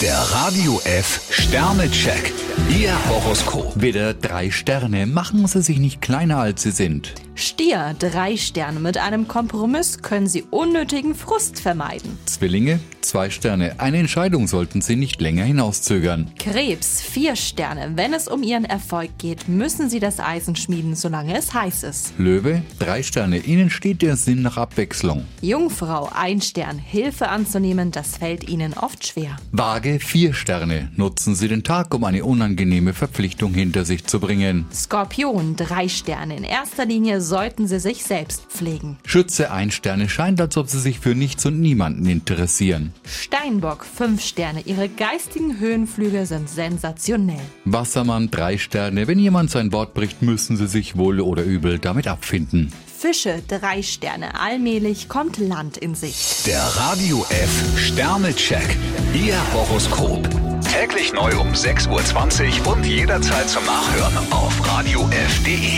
Der Radio F Sternecheck. Ihr Horoskop. Wieder drei Sterne. Machen Sie sich nicht kleiner, als Sie sind. Stier, drei Sterne. Mit einem Kompromiss können Sie unnötigen Frust vermeiden. Zwillinge, zwei Sterne. Eine Entscheidung sollten Sie nicht länger hinauszögern. Krebs, vier Sterne. Wenn es um Ihren Erfolg geht, müssen Sie das Eisen schmieden, solange es heiß ist. Löwe, drei Sterne. Ihnen steht der Sinn nach Abwechslung. Jungfrau, ein Stern. Hilfe anzunehmen, das fällt Ihnen oft schwer. Waage, vier Sterne. Nutzen Sie den Tag, um eine unangenehme Verpflichtung hinter sich zu bringen. Skorpion, drei Sterne. In erster Linie sollten Sie sich selbst pflegen. Schütze, ein Sterne. Scheint, als ob Sie sich für nichts und niemanden interessieren. Steinbock, fünf Sterne. Ihre geistigen Höhenflüge sind sensationell. Wassermann, drei Sterne. Wenn jemand sein Wort bricht, müssen Sie sich wohl oder übel damit abfinden. Fische, drei Sterne. Allmählich kommt Land in Sicht. Der Radio F Sternecheck. Ihr Horoskop. Täglich neu um 6.20 Uhr und jederzeit zum Nachhören auf Radio radiof.de.